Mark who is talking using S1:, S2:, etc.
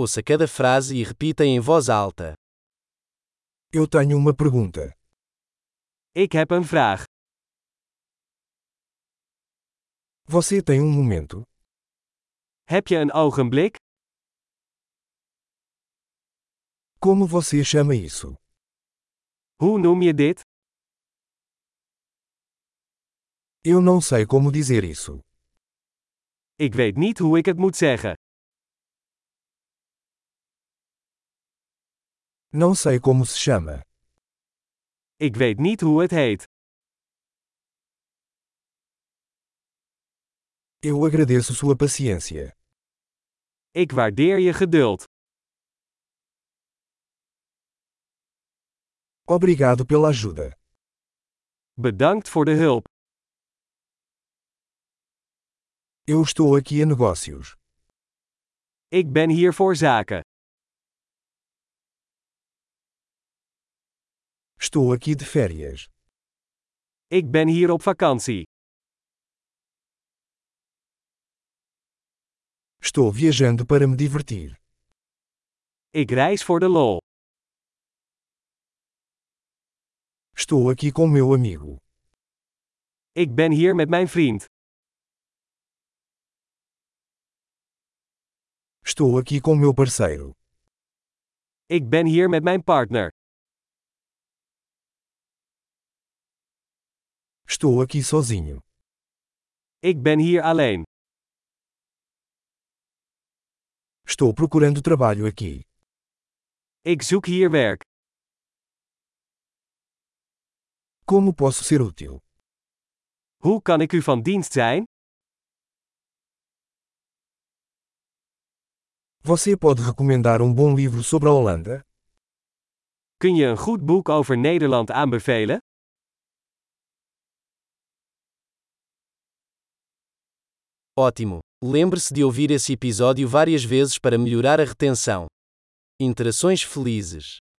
S1: Ouça cada frase e repita em voz alta.
S2: Eu tenho uma pergunta.
S3: Ik heb een vraag.
S2: Você tem um momento?
S3: Heb je een ogenblik?
S2: Como você chama isso?
S3: Hoe noem je dit?
S2: Eu não sei como dizer isso.
S3: Ik weet niet hoe ik het moet zeggen.
S2: Não sei como se chama.
S3: Ik weet niet hoe het heet.
S2: Eu agradeço sua paciência.
S3: Ik waardeer je geduld.
S2: Obrigado pela ajuda.
S3: Bedankt voor de hulp.
S2: Eu estou aqui a negócios.
S3: Ik ben hier voor zaken.
S2: Estou aqui de férias.
S3: Ik ben hier op vakantie.
S2: Estou viajando para me divertir.
S3: Ik reis voor de lol.
S2: Estou aqui com meu amigo.
S3: Ik ben hier met mijn vriend.
S2: Estou aqui com meu parceiro.
S3: Ik ben hier met mijn partner.
S2: Estou aqui sozinho.
S3: Ik ben hier alleen.
S2: Estou procurando trabalho aqui.
S3: Ik zoek hier werk.
S2: Como posso ser útil?
S3: Hoe kan ik u van dienst zijn?
S2: Você pode recomendar um bom livro sobre a Holanda?
S3: Kun je een goed boek over Nederland aanbevelen?
S1: Ótimo! Lembre-se de ouvir esse episódio várias vezes para melhorar a retenção. Interações felizes.